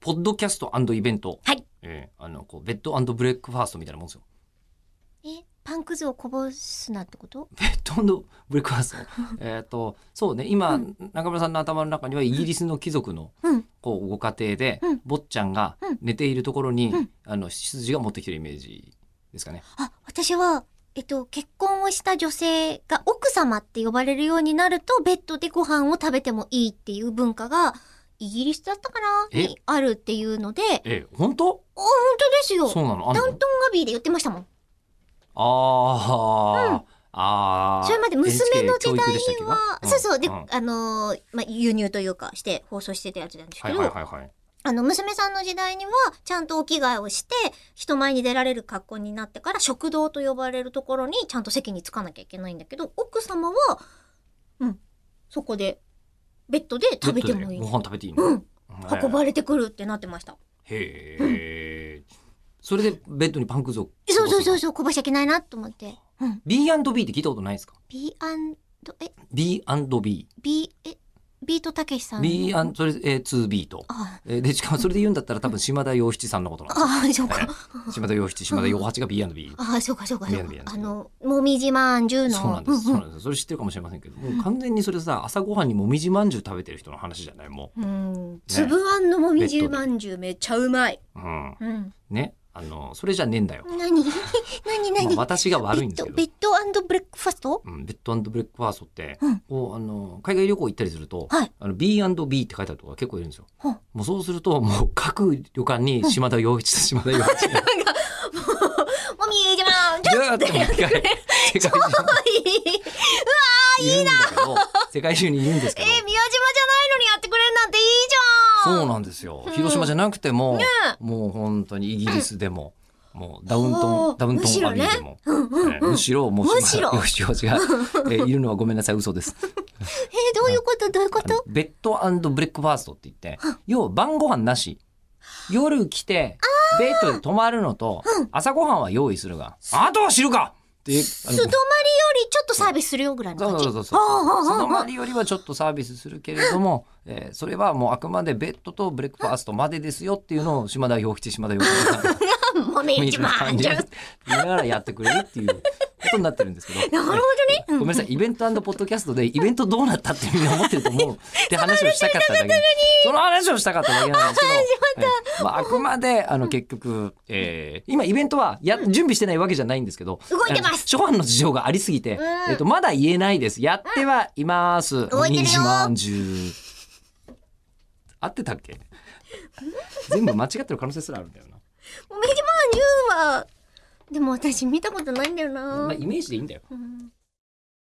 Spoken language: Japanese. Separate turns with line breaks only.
ポッドキャストイベント。
はい。
えーあの、こう、ベッドブレックファーストみたいなもんですよ。
え、パンくずをこぼすなってこと
ベッドブレックファー スト。えっと、そうね、今、
うん
中村さんの頭の中にはイギリスの貴族の、
うん。
こう、ご家庭で、
うん
坊っちゃんが
うん
寝ているところに、
うん
あの、執事が持ってきてるイメージですかね。
あ、私は、えっと、結婚をした女性が奥様って呼ばれるようになると、ベッドでご飯を食べてもいいっていう文化が、イギリスだったかな
え
にあるっていうので、
えー、本当
あ、本当ですよ。
そうなのあん
ダ
の
ウントンアビーで言ってましたもん。
あー、
うん
あー。
それまで娘の
NHK
時
教育
代
でしたっけが
は、そうそう、で、
ん
あのー、まあ、輸入というかして放送してたやつなんです
は
け
い
ど、
はいはいはい。
あの、娘さんの時代には、ちゃんとお着替えをして、人前に出られる格好になってから、食堂と呼ばれるところに、ちゃんと席に着かなきゃいけないんだけど、奥様は、うん、そこで、ベッドで食べてもいい。
ベッドでご飯食べていいの、
うん、
へー
運ばれてくるってなってました。
へえ。それでベッドにパンくずを。
そうそうそう
う。
そう、こぼしちゃいけないなと思って。うん。
B&B って聞いたことないですか
B& え、
?B&B。
B、え、ビートたけしさんの。
B& それ、えー、2B と。
あ
えーで、しかもそれで言うんだったら多分島田洋七さんのことなんで
あ、あ、そうか。
すよ。島田洋七、島田洋八が B&B。
ああ、そうかそうか
み
そう
や
か。
びや
あ
んですよ
の、もみじまんじゅうの。
そうなんです。そううんなんです。それ知ってるかもしれませんけど、もう完全にそれさ、朝ごはんにもみじまんじゅう食べてる人の話じゃない、も
うん。粒あんのもみじまんじゅうめっちゃうまい。
う。うん。
うん。
ね。あの、それじゃねえんだよ。
何何
まあ
何
私が悪いんですけど
ベ。ッドベッドブレックファスト
うん、ベッドブレックファーストって、
うん
こうあの海外旅行行ったりすると、
はい
あの B&B って書いてあるとこが結構いるんですよ。
ほう
もうそうするともう各旅館に島田洋一と島田洋一が
もみじまんじゅ
ギューって もう一回世界中
う
にいるんだけど世界中にいるんです
え
け
ー、
ど
宮島じゃないのにやってくれるなんていいじゃん
そうなんですよ。広島じゃなくても、もう本当にイギリスでも、もうダウント
あ
ン
ー
ダウントンアビーでも。
うんうんうん。え
えーむしろもう
むし
島
ろ
田洋一が、えーいるのはごめんなさい嘘です。
ー、どういうことどういうこ
あの
と
ベッドブレックファーストって言って、要は晩ご飯なし。夜来て、ベッドで泊まるのと、朝ごはんは用意するが、あとは知るかっていう。あ
素
の
泊まりよりちょっとサービスするよぐらいの
そ
感
う
じ。
そうそう
ああ
そう。そ
ああ
の
ああ
周りよりはちょっとサービスするけれども、えーそれはもうあくまでベッドとブレックファーストまでですよっていうのを島田洋吉島田洋吉さんが
もみじまんじゅ う。
言いながらやってくれるっていうことになってるんですけど。
なるほどね。
ごめんなさい、イベントポッドキャストでイベントどうなったってみんな思ってると思うって話をしたかっただけなんその話をしたかっただけなんですけど、はいまあ、あくまであの結局、えー今イベントはや準備してないわけじゃないんですけど
動いてま
あ
す
の初版の事情がありすぎて、
ん
えっとまだ言えないですやってはいます、
動いてるよ
虹まんじゅう合ってたっけ全部間違ってる可能性すらあるんだよな、
もみじまんじゅうは、でも私見たことないんだよな。
まあ、イメージでいいんだよ
うん